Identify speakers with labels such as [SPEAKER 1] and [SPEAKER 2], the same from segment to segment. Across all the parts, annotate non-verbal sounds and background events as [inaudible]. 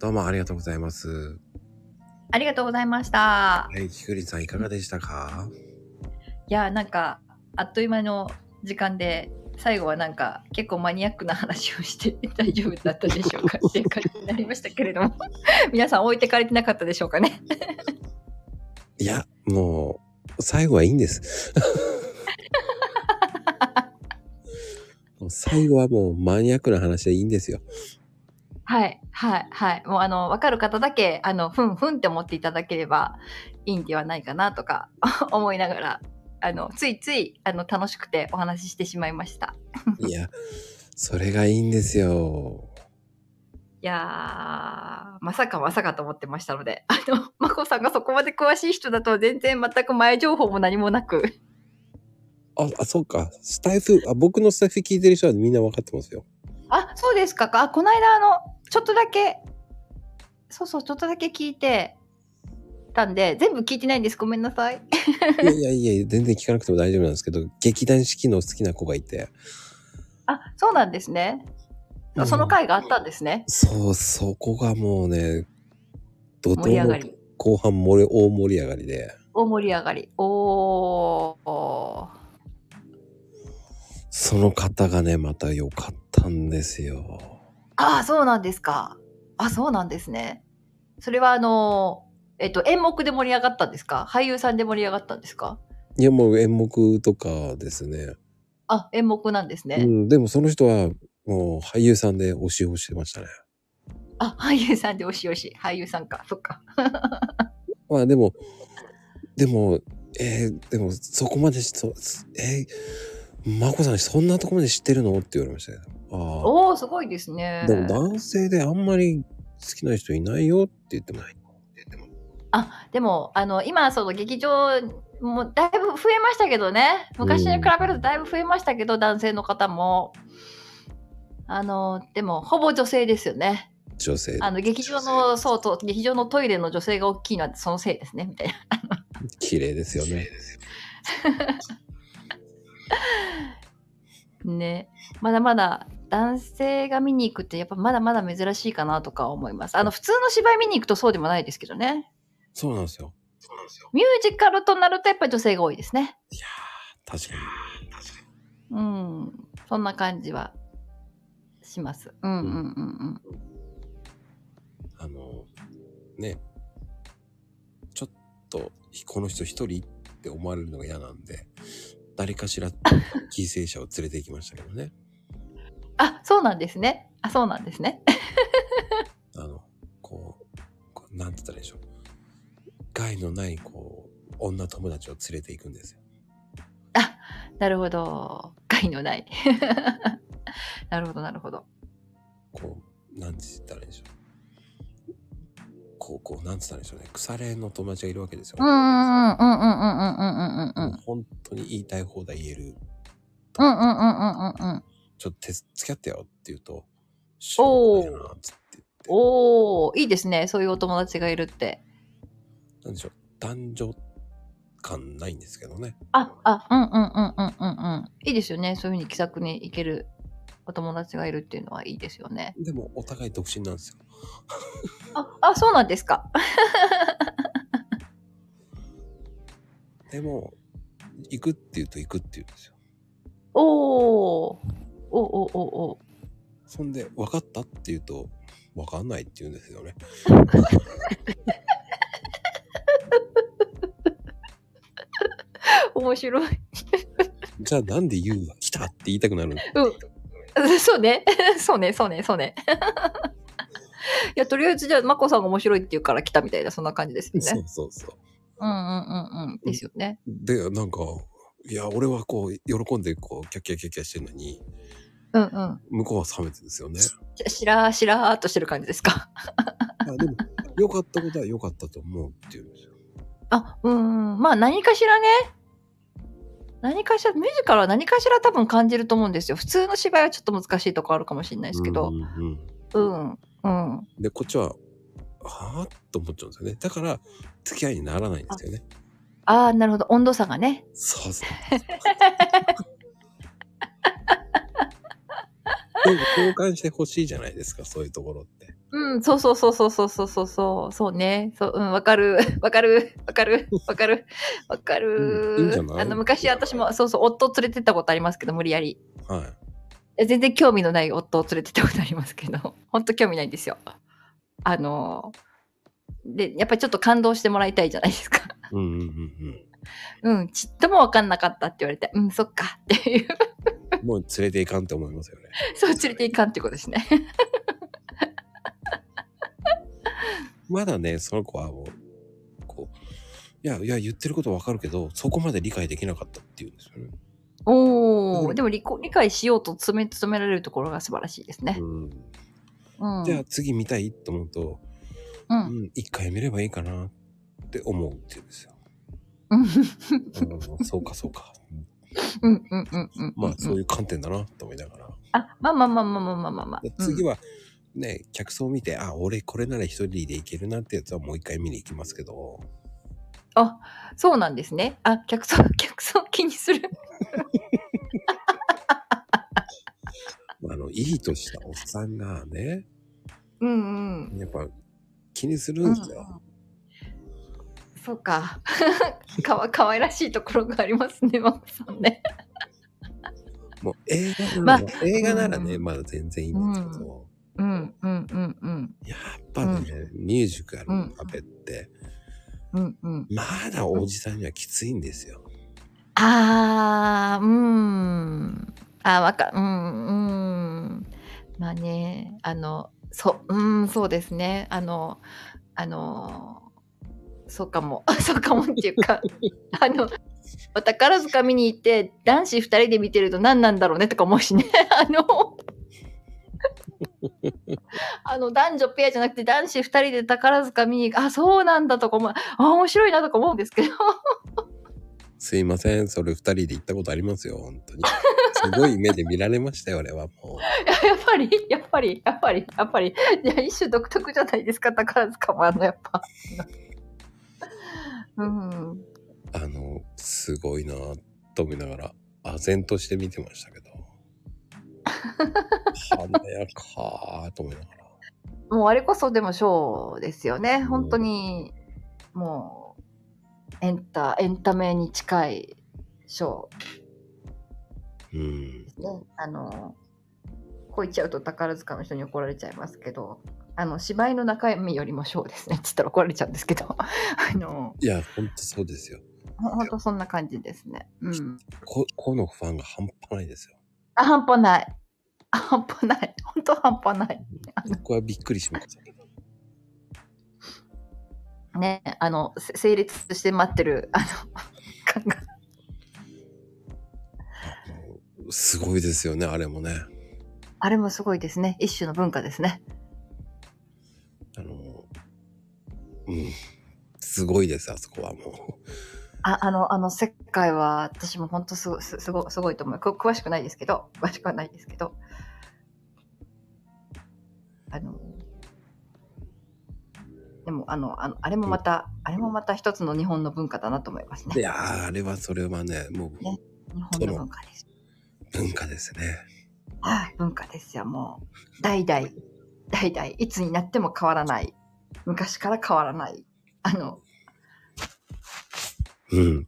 [SPEAKER 1] どうもありがとうございます。
[SPEAKER 2] ありがとうございました。
[SPEAKER 1] はい、きくりんさんいかがでしたか
[SPEAKER 2] いやー、なんか、あっという間の時間で、最後はなんか、結構マニアックな話をして大丈夫だったでしょうかっていう感じになりましたけれども、 [laughs] 皆さん置いてかれてなかったでしょうかね。
[SPEAKER 1] いや、もう、最後はいいんです。もう最後はもうマニアックな話でいいん [laughs] ですよ。
[SPEAKER 2] はい、はい、はい。もう、あの、わかる方だけ、あの、ふんふんって思っていただければいいんではないかなとか思いながら、あの、ついつい、あの、楽しくてお話ししてしまいました。
[SPEAKER 1] いや、それがいいんですよ。
[SPEAKER 2] いやー、まさかまさかと思ってましたので、あの、 [laughs] まこさんがそこまで詳しい人だと全然全く前情報も何もなく、
[SPEAKER 1] あ、あそうか。スタイフ、あ僕のスタイフ聞いてる人はみんな分かって [laughs] ますよ。
[SPEAKER 2] あ、そうですか。あ、この間、あの、ちょっとだけ、そうそう、ちょっとだけ聞いてたんで、全部聞いてないんです。ごめんなさい。
[SPEAKER 1] いやいやいや、全然聞かなくても大丈夫なんですけど、劇団四季の好きな子がいて。
[SPEAKER 2] あ、そうなんですね。その回があったんですね。
[SPEAKER 1] そう、そこがもうね、怒涛
[SPEAKER 2] 盛り上が
[SPEAKER 1] の
[SPEAKER 2] り。
[SPEAKER 1] 後半盛り大盛り上がりで、
[SPEAKER 2] 大盛り上がり。おー。
[SPEAKER 1] その方がね、また良かったんですよ。
[SPEAKER 2] ああ、そうなんですか。あ、そうなんですね。それは、あの、えっと、演目で盛り上がったんですか俳優さんで盛り上がったんですか
[SPEAKER 1] いや、もう演目とかですね。
[SPEAKER 2] あ、演目なんですね。
[SPEAKER 1] うん、でもその人は、もう俳優さんで推しをしてましたね。
[SPEAKER 2] あ、俳優さんでおしおし。俳優さんか。そっか。
[SPEAKER 1] まあでも、でも、えーでもそこまでし、そえー、まこさんそんなとこまで知ってるのって言われましたけど。
[SPEAKER 2] おー、すごいです
[SPEAKER 1] あ
[SPEAKER 2] ね
[SPEAKER 1] あ。。でも男性であんまり好きな人いないよって言ってもない。
[SPEAKER 2] でもあの今その劇場もだいぶ増えましたけどね昔に比べるとだいぶ増えましたけど、男性の方もあのでもほぼ女性ですよね
[SPEAKER 1] 女性で
[SPEAKER 2] あの劇場のそうと劇場のトイレの女性が大きいのはそのせいですねみたいな
[SPEAKER 1] 綺麗ですよね。
[SPEAKER 2] ねまだまだ男性が見に行くってやっぱまだまだ珍しいかなとか思いますあの普通の芝居見に行くとそうでもないですけどね
[SPEAKER 1] そうなんですよ。そうなんですよ。
[SPEAKER 2] ミュージカルとなるとやっぱり女性が多いですね
[SPEAKER 1] 確かに。確かに。
[SPEAKER 2] うん、そんな感じはします。うんうんうん
[SPEAKER 1] あの、ね、ちょっと、この人一人って思われるのが嫌なんで、誰か
[SPEAKER 2] [laughs]
[SPEAKER 1] しら犠牲者を連れて行きましたけどね。
[SPEAKER 2] うん。あ、そうなんですね。あ、そうなんですね。 [laughs]
[SPEAKER 1] あの、こう、こうなんて言ったらいいでしょう。害のない、こう、女友達を連れて行くんですよ。
[SPEAKER 2] なるほど。害のない。 [laughs] なるほど、なるほど。
[SPEAKER 1] こう、なんて言ったらいいでしょう。こう、こう、なんて言ったらいいでしょうね。腐れ縁の友達がいるわけですよ。
[SPEAKER 2] うんうんうんうんうんうんうんうんうんうん
[SPEAKER 1] もう本当に言いたい放題言える。
[SPEAKER 2] うんうんうんうんうん。
[SPEAKER 1] ちょっと手付き合ってよって言うと、し
[SPEAKER 2] おー
[SPEAKER 1] ょうがないなっつって言って。
[SPEAKER 2] おー、いいですね。そういうお友達がいるって。
[SPEAKER 1] なんでしょう、男女感ないんですけどね。
[SPEAKER 2] あ、あ、うんうんうんうんうんうん。いいですよね。そういうふうに気さくに行けるお友達がいるっていうのはいいですよね。
[SPEAKER 1] でも、お互い独身なんですよ。
[SPEAKER 2] あ、あ、そうなんですか。
[SPEAKER 1] でも、行くって言うと行くって言うんですよ。
[SPEAKER 2] おー。おおおお。
[SPEAKER 1] そんで、分かったって言うと、分かんないって言うんですよね。
[SPEAKER 2] 面白い。
[SPEAKER 1] じゃあ、なんで言うわ来たって言いたくなるんですよ。
[SPEAKER 2] うん。 [laughs] そうね。そうね、そうね、そうね。 [laughs] いや、とりあえずじゃあ、まこさんが面白いって言うから来たみたいな、そんな感じですよ
[SPEAKER 1] そ
[SPEAKER 2] ね。
[SPEAKER 1] うそうそう。
[SPEAKER 2] うんうんうんうん。ですよね。
[SPEAKER 1] で、なんか、いや、俺はこう、喜んで、こう、キャッキャキャッキャしてるのに、
[SPEAKER 2] うんうん。
[SPEAKER 1] 向こうは冷めてるんです
[SPEAKER 2] [laughs]
[SPEAKER 1] よね。
[SPEAKER 2] ししらーしらーっとしてる感じですか。
[SPEAKER 1] あでも、良かったことは良かったと思うって言うんですよ。
[SPEAKER 2] あ、うんうん。まあ、何かしらね。何かしら、ミュージカルは何かしら多分感じると思うんですよ。普通の芝居はちょっと難しいとこあるかもしれないですけ
[SPEAKER 1] う
[SPEAKER 2] ど。
[SPEAKER 1] んうん
[SPEAKER 2] うん、うん。
[SPEAKER 1] でこっちははあと思っちゃうんですよねだから付き合いにならないんですよね
[SPEAKER 2] ああ、なるほど。温度差がね。
[SPEAKER 1] そう [laughs] そうでも交換してほしいじゃないですかそういうところって
[SPEAKER 2] うん、うん、そうそうそうそうそうそうそうそう、そうね、そう、うん、わかる、 [laughs] わかる、わかる、わかる、わか
[SPEAKER 1] うんいいん
[SPEAKER 2] る
[SPEAKER 1] じゃ。ない
[SPEAKER 2] あの昔私も、そうそう、夫連れてったことありますけど、無理やり。
[SPEAKER 1] はい。
[SPEAKER 2] え全然興味のない夫を連れてったことありますけど、 [laughs] 本当興味ないんですよ。あの、で、やっぱりちょっと感動してもらいたいじゃないですか。 [laughs]
[SPEAKER 1] うんうんうん
[SPEAKER 2] うん、ちっともわかんなかったって言われて、うん、そっかっていう。 [laughs]
[SPEAKER 1] うん。もう連れていかんって思いますよね。
[SPEAKER 2] そう、連れていかんってことですね。
[SPEAKER 1] まだね、その子はもう、こう、いやいや、言ってることわかるけど、そこまで理解できなかったっていうんですよね。
[SPEAKER 2] お
[SPEAKER 1] うん
[SPEAKER 2] お、でも理こ理解しようと詰め詰められるところが素晴らしいですね。
[SPEAKER 1] うん。
[SPEAKER 2] うん。
[SPEAKER 1] じゃあ次見たいと思うと、
[SPEAKER 2] う。
[SPEAKER 1] うんん、一回見ればいいかなって思うっていうんですよ。
[SPEAKER 2] うん
[SPEAKER 1] うん、そうかそうか。
[SPEAKER 2] うんうんうんうん。
[SPEAKER 1] まあ、そう
[SPEAKER 2] いう
[SPEAKER 1] いう観点だなと思いながら。
[SPEAKER 2] あ、まあまあまあまあまあまあまあ、まあ
[SPEAKER 1] で。次
[SPEAKER 2] は、
[SPEAKER 1] は、ね、客層を見て、あ、俺これなら一人でいけるなってやつはもう一回見に行きますけど、
[SPEAKER 2] そうなんですね。あ、客層、 [laughs] 客層気にする。
[SPEAKER 1] あの、いいとしたおっさんがね、
[SPEAKER 2] うんうん。
[SPEAKER 1] やっぱ気にするんですよ。
[SPEAKER 2] そう [laughs] か。かわ、可愛らしいところがありますね、マコさんね。
[SPEAKER 1] もう映画
[SPEAKER 2] ま
[SPEAKER 1] な
[SPEAKER 2] あ
[SPEAKER 1] ら、映画ならね、
[SPEAKER 2] うん
[SPEAKER 1] まだ全然いいんですけど、
[SPEAKER 2] うんうんうんうん。
[SPEAKER 1] やっぱね、ミュージカルの壁って、
[SPEAKER 2] うんうん。
[SPEAKER 1] まだおじさんにはきついんですよ。
[SPEAKER 2] あー、うーん。あー、わか、うん、うん。まあね、あの、そ、うん、そうですね。あの、あの、そうかも、 [laughs] そうかもっていうか、あの、宝塚見に行って、男子二人で見てると何なんだろうねとか思うしね。 [laughs] あの、あの男女ペアじゃなくて男子二人で宝塚見に行くあそうなんだとか思うあ面白いなとか思うんですけど
[SPEAKER 1] すいません、それ二人で行ったことありますよ、本当に。すごい目で見られましたよ、俺はも
[SPEAKER 2] [laughs] やっぱり、やっぱり、やっぱり、やっぱり、いや、一種独特じゃないですか、宝塚もあの、やっぱ。 [laughs] うん。
[SPEAKER 1] う。あの、すごいなぁと思いながら、唖然として見てましたけ
[SPEAKER 2] [laughs]
[SPEAKER 1] ど。華やかーと思いながら。
[SPEAKER 2] もうあれこそでもショーですよね。本当に、もう、エンタ、エンタメに近いショー
[SPEAKER 1] うん
[SPEAKER 2] で。すね。あの、こう言っちゃうと宝塚の人に怒られちゃいますけど、あの、芝居の中身よりもショーですね。って言ったら怒られちゃうんですけど、 [laughs] あの、
[SPEAKER 1] いや、ほんとそうですよ。
[SPEAKER 2] ほほんとそんな感じですね。うん。
[SPEAKER 1] こ、このファンが半端ないですよ。
[SPEAKER 2] あ、半端ない。あ半端ない。 [laughs] 本当半端ない。
[SPEAKER 1] 僕はびっくりしましたけど。
[SPEAKER 2] ね、あの、せ整列して待ってる、あの、感が。
[SPEAKER 1] あのすごいですよね、あれもね。
[SPEAKER 2] あれもすごいですね。一種の文化ですね。
[SPEAKER 1] あの、うん。すごいです、あそこはも
[SPEAKER 2] あ、あの、あの、世界は、私も本当すご、すすご、すごいと思う。く詳しくないですけど、詳しくはないですけど。あの、でも、あの、あのあれもまた、あれもまた一つの日本の文化だなと思います
[SPEAKER 1] う。い
[SPEAKER 2] ね。
[SPEAKER 1] やー、あれはそれはね、もう
[SPEAKER 2] 日本の文化です。
[SPEAKER 1] 文化ですね。
[SPEAKER 2] はい、文化ですよ、もう。代々、代々、いつになっても変わらない。昔から変わらない。あの、
[SPEAKER 1] うん。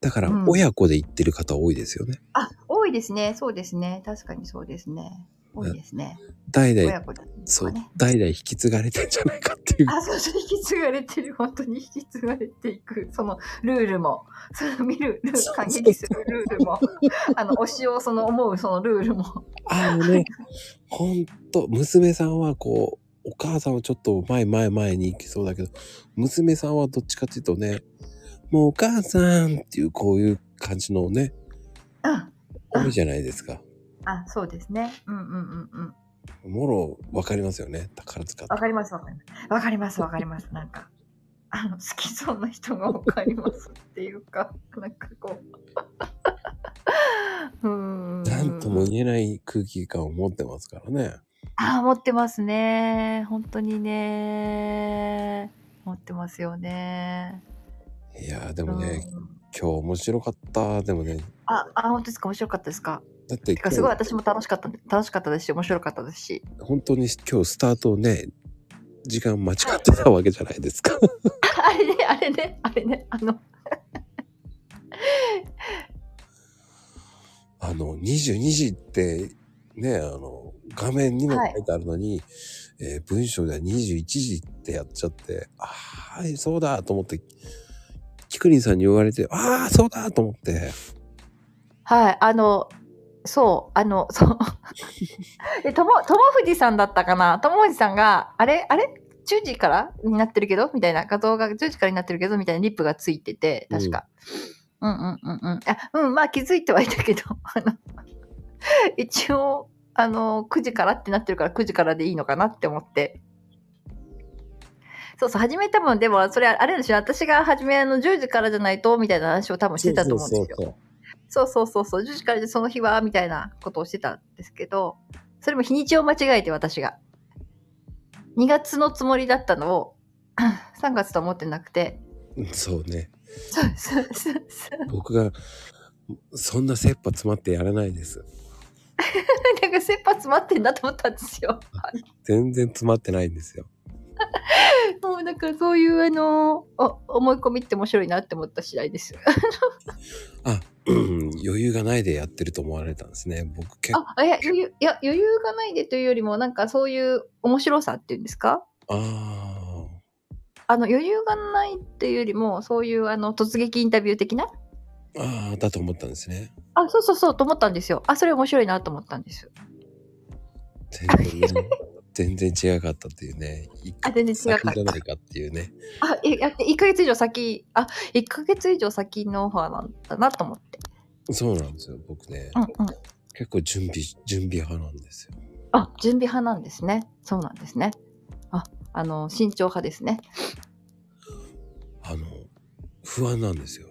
[SPEAKER 1] だから
[SPEAKER 2] うん、
[SPEAKER 1] 親子で行ってる方多いですよね。
[SPEAKER 2] あ、多いですね、そうですね。確かにそうですね。多いですね。
[SPEAKER 1] 代々、
[SPEAKER 2] 親子だ、ね。
[SPEAKER 1] そう、代々引き継がれてんじゃないかっていう。
[SPEAKER 2] あ、そうそう、引き継がれてる、本当に引き継がれていく、そのルールも、その見る、ルール、感激するルールも、あの、推しをその思う、そのルールも。
[SPEAKER 1] あのね、ほんと、娘さんはこう、お母さんはちょっと前前前に行きそうだけど、娘さんはどっちかっていうとね、もうお母さんっていうこういう感じのね、
[SPEAKER 2] うん。
[SPEAKER 1] 多いじゃないですか。
[SPEAKER 2] あ、そうですね。うんうんうんうん。
[SPEAKER 1] もろわかりますよね、宝塚って
[SPEAKER 2] わ。かりますわかります。わかりますわかります。なんか、あの、好きそうな人がわかりますっていうか、 [laughs] なんかこう。 [laughs] うーん。
[SPEAKER 1] なんとも言えない空気感を持ってますからね。
[SPEAKER 2] あー、持ってますね。本当にね。持ってますよね。
[SPEAKER 1] いやーでもね、
[SPEAKER 2] うん
[SPEAKER 1] 今日面白かった。でもね、
[SPEAKER 2] あ、あ、本当ですか面白かったですか
[SPEAKER 1] だって
[SPEAKER 2] てか、すごい私も楽しかったんで、楽しかったですし、面白かったですし。
[SPEAKER 1] 本当に今日スタートをね時間間違ってたわけじゃないですか。
[SPEAKER 2] [laughs] あれね、あれね、あれね、あの、
[SPEAKER 1] あの、22時って、ね、あの、画面にも書いてあるのに、えー文章では21時ってやっちゃって、ああ、そうだと思って、キクリンさんに言われて、ああ、そうだと思って、
[SPEAKER 2] はい、あの、そう、あの、そう。 [laughs] で、とも、ともふじさんだったかな。ともふじさんが、あれ、あれ ?10 時からになってるけどみたいな、画像が10時からになってるけどみたいなリップがついてて、確か。うん、うん、うん、うん。あ、うん、まあ気づいてはいたけど、 [laughs] あの、一応、あの、9時からってなってるから9時からでいいのかなって思って。そうそう、始めたもん、でも、それ、あれなんですよ。私が初め、あの、10時からじゃないと、みたいな話を多分してたと思うんですよ。
[SPEAKER 1] そうそう
[SPEAKER 2] そうそうそうそう、10時からでその日は、みたいなことをしてたんですけど、それも日にちを間違えて私が。2月のつもりだったのを、3月と思ってなくて。
[SPEAKER 1] そうそうね。
[SPEAKER 2] そうそうそうそう。
[SPEAKER 1] 僕が、そんな切羽詰まってやらないです。
[SPEAKER 2] なんか切羽詰まってんだと思ったんですよ。
[SPEAKER 1] 全然詰まってないんですよ。
[SPEAKER 2] もうなんかそういうあのお思い込みって面白いなって思った次第です。
[SPEAKER 1] あ、うん余裕がないでやってると思われたんですね。僕結構、
[SPEAKER 2] あ、いや、余裕、いや、余裕がないでというよりも、なんかそういう面白さっていうんですか
[SPEAKER 1] あ
[SPEAKER 2] あの余裕がないっていうよりも、そういうあの突撃インタビュー的な
[SPEAKER 1] あ、ああ、だと思ったんですね。
[SPEAKER 2] あ、そうそうそう、と思ったんですよ。あ、それ面白いなと思ったんです。
[SPEAKER 1] 全然ね、全然違かったっていうね。一
[SPEAKER 2] あ、
[SPEAKER 1] 回
[SPEAKER 2] 全然違う
[SPEAKER 1] 先
[SPEAKER 2] かっ
[SPEAKER 1] じゃ
[SPEAKER 2] た
[SPEAKER 1] な。いかっていうね。
[SPEAKER 2] あ、いや、1ヶ月以上先、あ、1ヶ月以上先のオファーなんだなと思って。
[SPEAKER 1] そうなんですよ。僕ね、
[SPEAKER 2] うんうん。
[SPEAKER 1] 結構準備、準備派なんですよ。
[SPEAKER 2] あ、準備派なんですね。そうなんですね。あ、あの、慎重派ですね。
[SPEAKER 1] あの、不安なんですよ。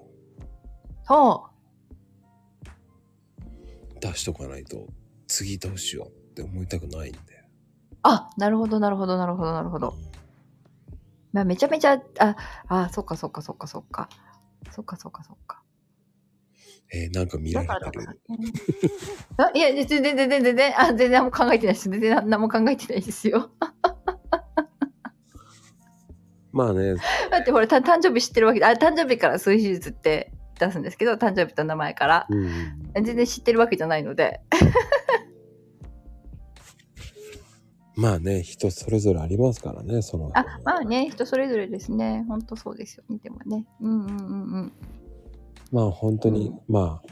[SPEAKER 2] そ
[SPEAKER 1] 出しとかないと、次どうしようって思いたくないんで。
[SPEAKER 2] う。あ、なるほど、なるほど、なるほど、なるほど。まあ、めちゃめちゃ、あ、あ、そっかそっかそっかそっか。そっかそっかそっか。
[SPEAKER 1] えーなんか見られ
[SPEAKER 2] だからだ
[SPEAKER 1] て
[SPEAKER 2] から
[SPEAKER 1] る。。
[SPEAKER 2] [laughs] あいや、全然、全然、全然、あ、全然何も考えてないです。全然何も考えてないですよ。
[SPEAKER 1] まあね、
[SPEAKER 2] だってほらた誕生日知ってるわけであ誕生日から数日って出すんですけど誕生日と名前から
[SPEAKER 1] うん、
[SPEAKER 2] 全然知ってるわけじゃないので
[SPEAKER 1] まあね、人それぞれありますからね、その。
[SPEAKER 2] あまあね人それぞれですねほんとそうですよねでもねうんうんうんうん
[SPEAKER 1] まあ本当に、まあ、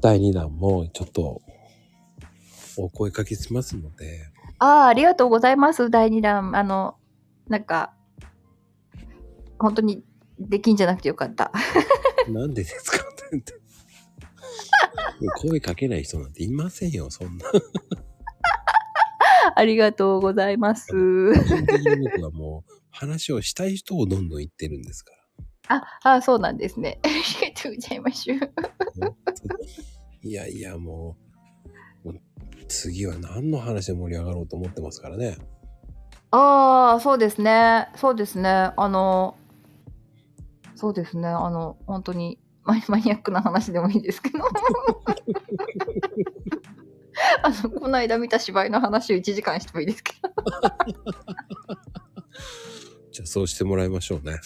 [SPEAKER 1] 第2弾もちょっとお声かけしますので、
[SPEAKER 2] ああーありがとうございます第2弾あのなんか本当にできんじゃなくてよかった [laughs]
[SPEAKER 1] なんでですかって言って。声かけない人なんていませんよ、そんな。
[SPEAKER 2] ありがとうございます
[SPEAKER 1] 基本的に僕はもう、話をしたい人をどんどん言ってるんですか
[SPEAKER 2] ああそうなんですね [laughs] ありがとうございます
[SPEAKER 1] ら。いやいや、もう、もう次は何の話で盛り上がろうと思ってますからね。
[SPEAKER 2] ああ、そうですね。そうですね。あの、そうですね。あの、本当にマニマニアックな話でもいいですけど。 [laughs] あの、この間見た芝居の話を1時間してもいいですけど。 [laughs]
[SPEAKER 1] じゃあそうしてもらいましょうね。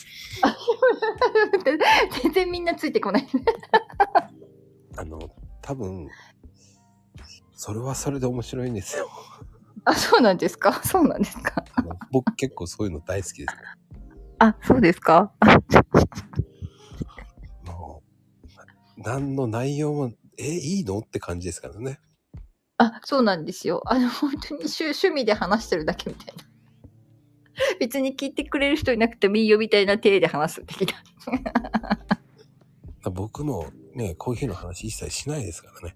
[SPEAKER 2] 全然みんなついてこない。
[SPEAKER 1] あの、多分、それはそれで面白いんですよ。
[SPEAKER 2] あ、そうなんですかそうなんですか
[SPEAKER 1] あの [laughs] 僕結構そういうの大好きです。
[SPEAKER 2] あ、そうですか
[SPEAKER 1] もう、何の内容も、え、いいのって感じですからね。
[SPEAKER 2] あ、そうなんですよ。あの、本当に趣趣味で話してるだけみたいな。別に聞いてくれる人いなくてもいいよみたいな体で話す的な。
[SPEAKER 1] 僕もね、コーヒーの話一切しないですからね。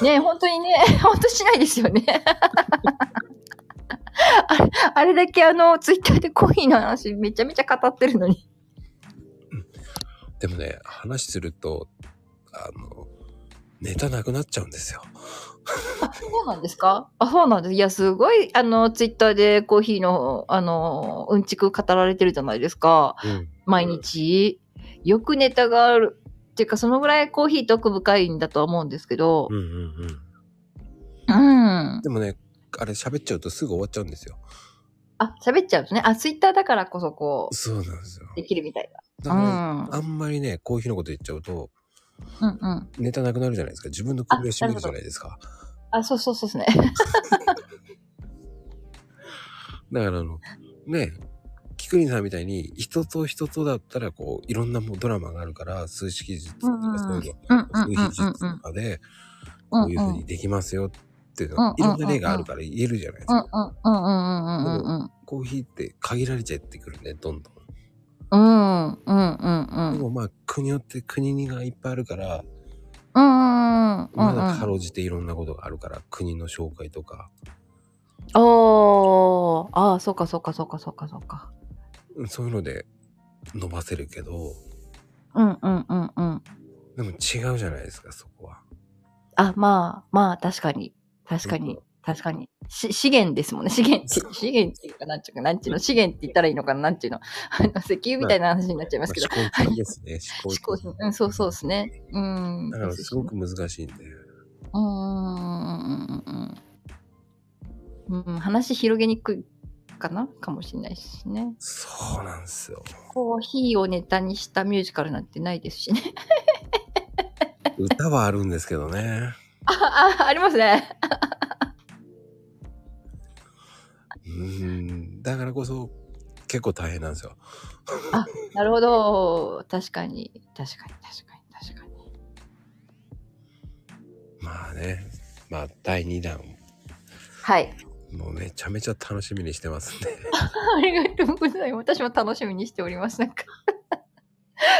[SPEAKER 2] ね本当にね、 [laughs] 本当しないですよね。 [laughs] あれあれだけあの、ツイッターでコーヒーの話めちゃめちゃ語ってるのに。
[SPEAKER 1] でもね、話すると、あの、ネタなくなっちゃうんですよ。
[SPEAKER 2] あ、そうなんですかあ、そうなんです。いや、すごい、あの、ツイッターでコーヒーの、あの、うんちく語られてるじゃないですか。
[SPEAKER 1] うん。
[SPEAKER 2] 毎日。よくネタがある。っていうか、そのぐらいコーヒーと奥深いんだとは思うんですけど
[SPEAKER 1] う。んうんうん。
[SPEAKER 2] うん。
[SPEAKER 1] でもね、あれ喋っちゃうとすぐ終わっちゃうんですよ。
[SPEAKER 2] あ、喋っちゃうとね。あ、ツイッターだからこそこう、
[SPEAKER 1] そうなんですよ。
[SPEAKER 2] できるみたい
[SPEAKER 1] だか
[SPEAKER 2] な。う
[SPEAKER 1] ら、
[SPEAKER 2] ん。
[SPEAKER 1] あんまりね、こういう日のこと言っちゃうと、
[SPEAKER 2] うんうん。
[SPEAKER 1] ネタなくなるじゃないですか。自分の首を絞めるじゃないですか。
[SPEAKER 2] あ、そうそうそうですね。
[SPEAKER 1] だからあの、ね、菊林さんみたいに、人と人とだったら、こう、いろんなもうドラマがあるから、数式術とかそういうの、
[SPEAKER 2] うん
[SPEAKER 1] 数
[SPEAKER 2] うんうん
[SPEAKER 1] 比
[SPEAKER 2] うん
[SPEAKER 1] 術
[SPEAKER 2] う
[SPEAKER 1] と
[SPEAKER 2] ん。
[SPEAKER 1] かで、
[SPEAKER 2] う
[SPEAKER 1] こ
[SPEAKER 2] ん
[SPEAKER 1] ういうふうにできますよっていうのが
[SPEAKER 2] うん、
[SPEAKER 1] いろんな例があるから言えるじゃないです
[SPEAKER 2] うんうん
[SPEAKER 1] か。
[SPEAKER 2] うんうんうんうんうん。
[SPEAKER 1] コーヒーって限られちゃってくるね、どんどん。
[SPEAKER 2] うんうんうん
[SPEAKER 1] で
[SPEAKER 2] うん。
[SPEAKER 1] もまあ、国によって国がいっぱいあるから、
[SPEAKER 2] うんうん
[SPEAKER 1] ま
[SPEAKER 2] う
[SPEAKER 1] だか
[SPEAKER 2] ん。
[SPEAKER 1] ろうじていろんなことがあるから、国の紹介とか、
[SPEAKER 2] おー。ああ、そうかそうかそうかそうかそうか。
[SPEAKER 1] うんそういうので伸ばせるけど、
[SPEAKER 2] うんうんうんうん。
[SPEAKER 1] でも違うじゃないですか、そこは。
[SPEAKER 2] あ、まあ、まあ、確かに。確かに。確かに。し、資源ですもんね。資源って、資源っていうか、なんちゅうか、なんちゅうの、資源って言ったらいいのかな、なんちゅうの。あの、石油みたいな話になっちゃいますけど。
[SPEAKER 1] まあ思考的ですね、思
[SPEAKER 2] 思
[SPEAKER 1] 考
[SPEAKER 2] 考
[SPEAKER 1] 的。
[SPEAKER 2] うん、そうそうですね。うん。
[SPEAKER 1] だからすごく難しいんで。
[SPEAKER 2] うーんうんうん、話広げにくいかなかもしれないしね。
[SPEAKER 1] そうなんですよ。
[SPEAKER 2] コーヒーをネタにしたミュージカルなんてないですしね。
[SPEAKER 1] 歌はあるんですけどね。
[SPEAKER 2] [laughs] あ、あ、ありますね。
[SPEAKER 1] うーん。だからこそ結構大変なんですよ。
[SPEAKER 2] なるほど。確かに、確かに、確かに、確かに。
[SPEAKER 1] まあね。まあ第2弾、
[SPEAKER 2] はい。
[SPEAKER 1] もうめちゃめちゃ楽しみにしてますん
[SPEAKER 2] [laughs]
[SPEAKER 1] で。
[SPEAKER 2] ありがとうございます。私も楽しみにしております。なんか。 [laughs]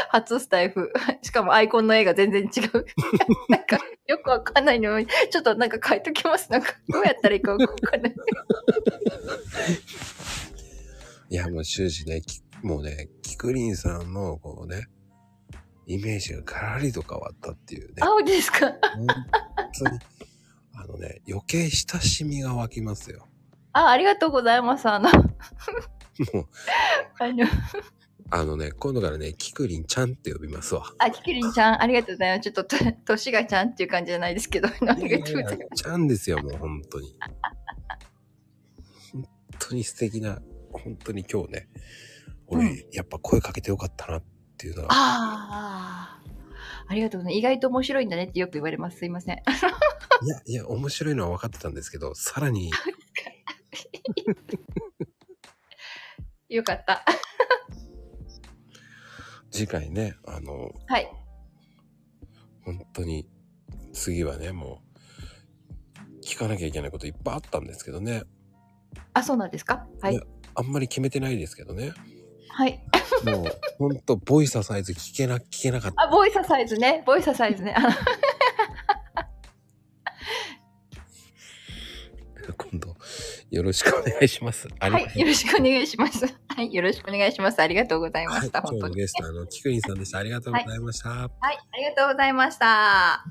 [SPEAKER 2] 初スタイフ。しかもアイコンの絵が全然違う。 [laughs] なんか、よくわかんないのに、ちょっとなんか変えときます。なんか、どうやったらいいかわかん [laughs] ない。
[SPEAKER 1] いや、もう終始ね、きもうね、キクリンさんのこうね、イメージがガラリと変わったっていうね。
[SPEAKER 2] あ、本当ですか。
[SPEAKER 1] 本当に。あのね、余計親しみが湧きますよ。
[SPEAKER 2] あ、ありがとうございます。あの、
[SPEAKER 1] もう、
[SPEAKER 2] あの、
[SPEAKER 1] あのね、今度からね、キクリンちゃんって呼びますわ。
[SPEAKER 2] あ、キクリンちゃん、ありがとうございます。ちょっとと、年がちゃんっていう感じじゃないです
[SPEAKER 1] [laughs]
[SPEAKER 2] けど、ありがとう
[SPEAKER 1] い
[SPEAKER 2] ご
[SPEAKER 1] やい
[SPEAKER 2] ざい
[SPEAKER 1] やい
[SPEAKER 2] ま
[SPEAKER 1] や
[SPEAKER 2] す。
[SPEAKER 1] ちゃんですよ、もう本当に。本当に素敵な、本当に今日ね、俺、
[SPEAKER 2] う
[SPEAKER 1] やっぱ声かけてよかったなっていうのは、
[SPEAKER 2] ああ、ありがとうございます。意外と面白いんだねってよく言われます。すいません。
[SPEAKER 1] いや、いや、面白いのは分かってたんですけど、さらに、
[SPEAKER 2] よかった。
[SPEAKER 1] 次回ね、 [laughs] あの、
[SPEAKER 2] はい。
[SPEAKER 1] 本当に、次はね、もう、聞かなきゃいけないこといっぱいあったんですけどね、
[SPEAKER 2] あ、そうなんですかはいい
[SPEAKER 1] や。あんまり決めてないですけどね、
[SPEAKER 2] はい。
[SPEAKER 1] もう、本当ボイササイズ聞けな、聞けなかった。
[SPEAKER 2] あ、ボイササイズね。ボイササイズね。あ
[SPEAKER 1] 今度、よろしくお願いします。あり
[SPEAKER 2] はい。よろしくお願いします。はい。よろしくお願いします。ありがとうございま
[SPEAKER 1] はい
[SPEAKER 2] した。
[SPEAKER 1] 今
[SPEAKER 2] 本
[SPEAKER 1] 日の
[SPEAKER 2] 当に。
[SPEAKER 1] ゲスト、あの、キクリンさんでした。ありがとうございました。
[SPEAKER 2] はい。ありがとうございました。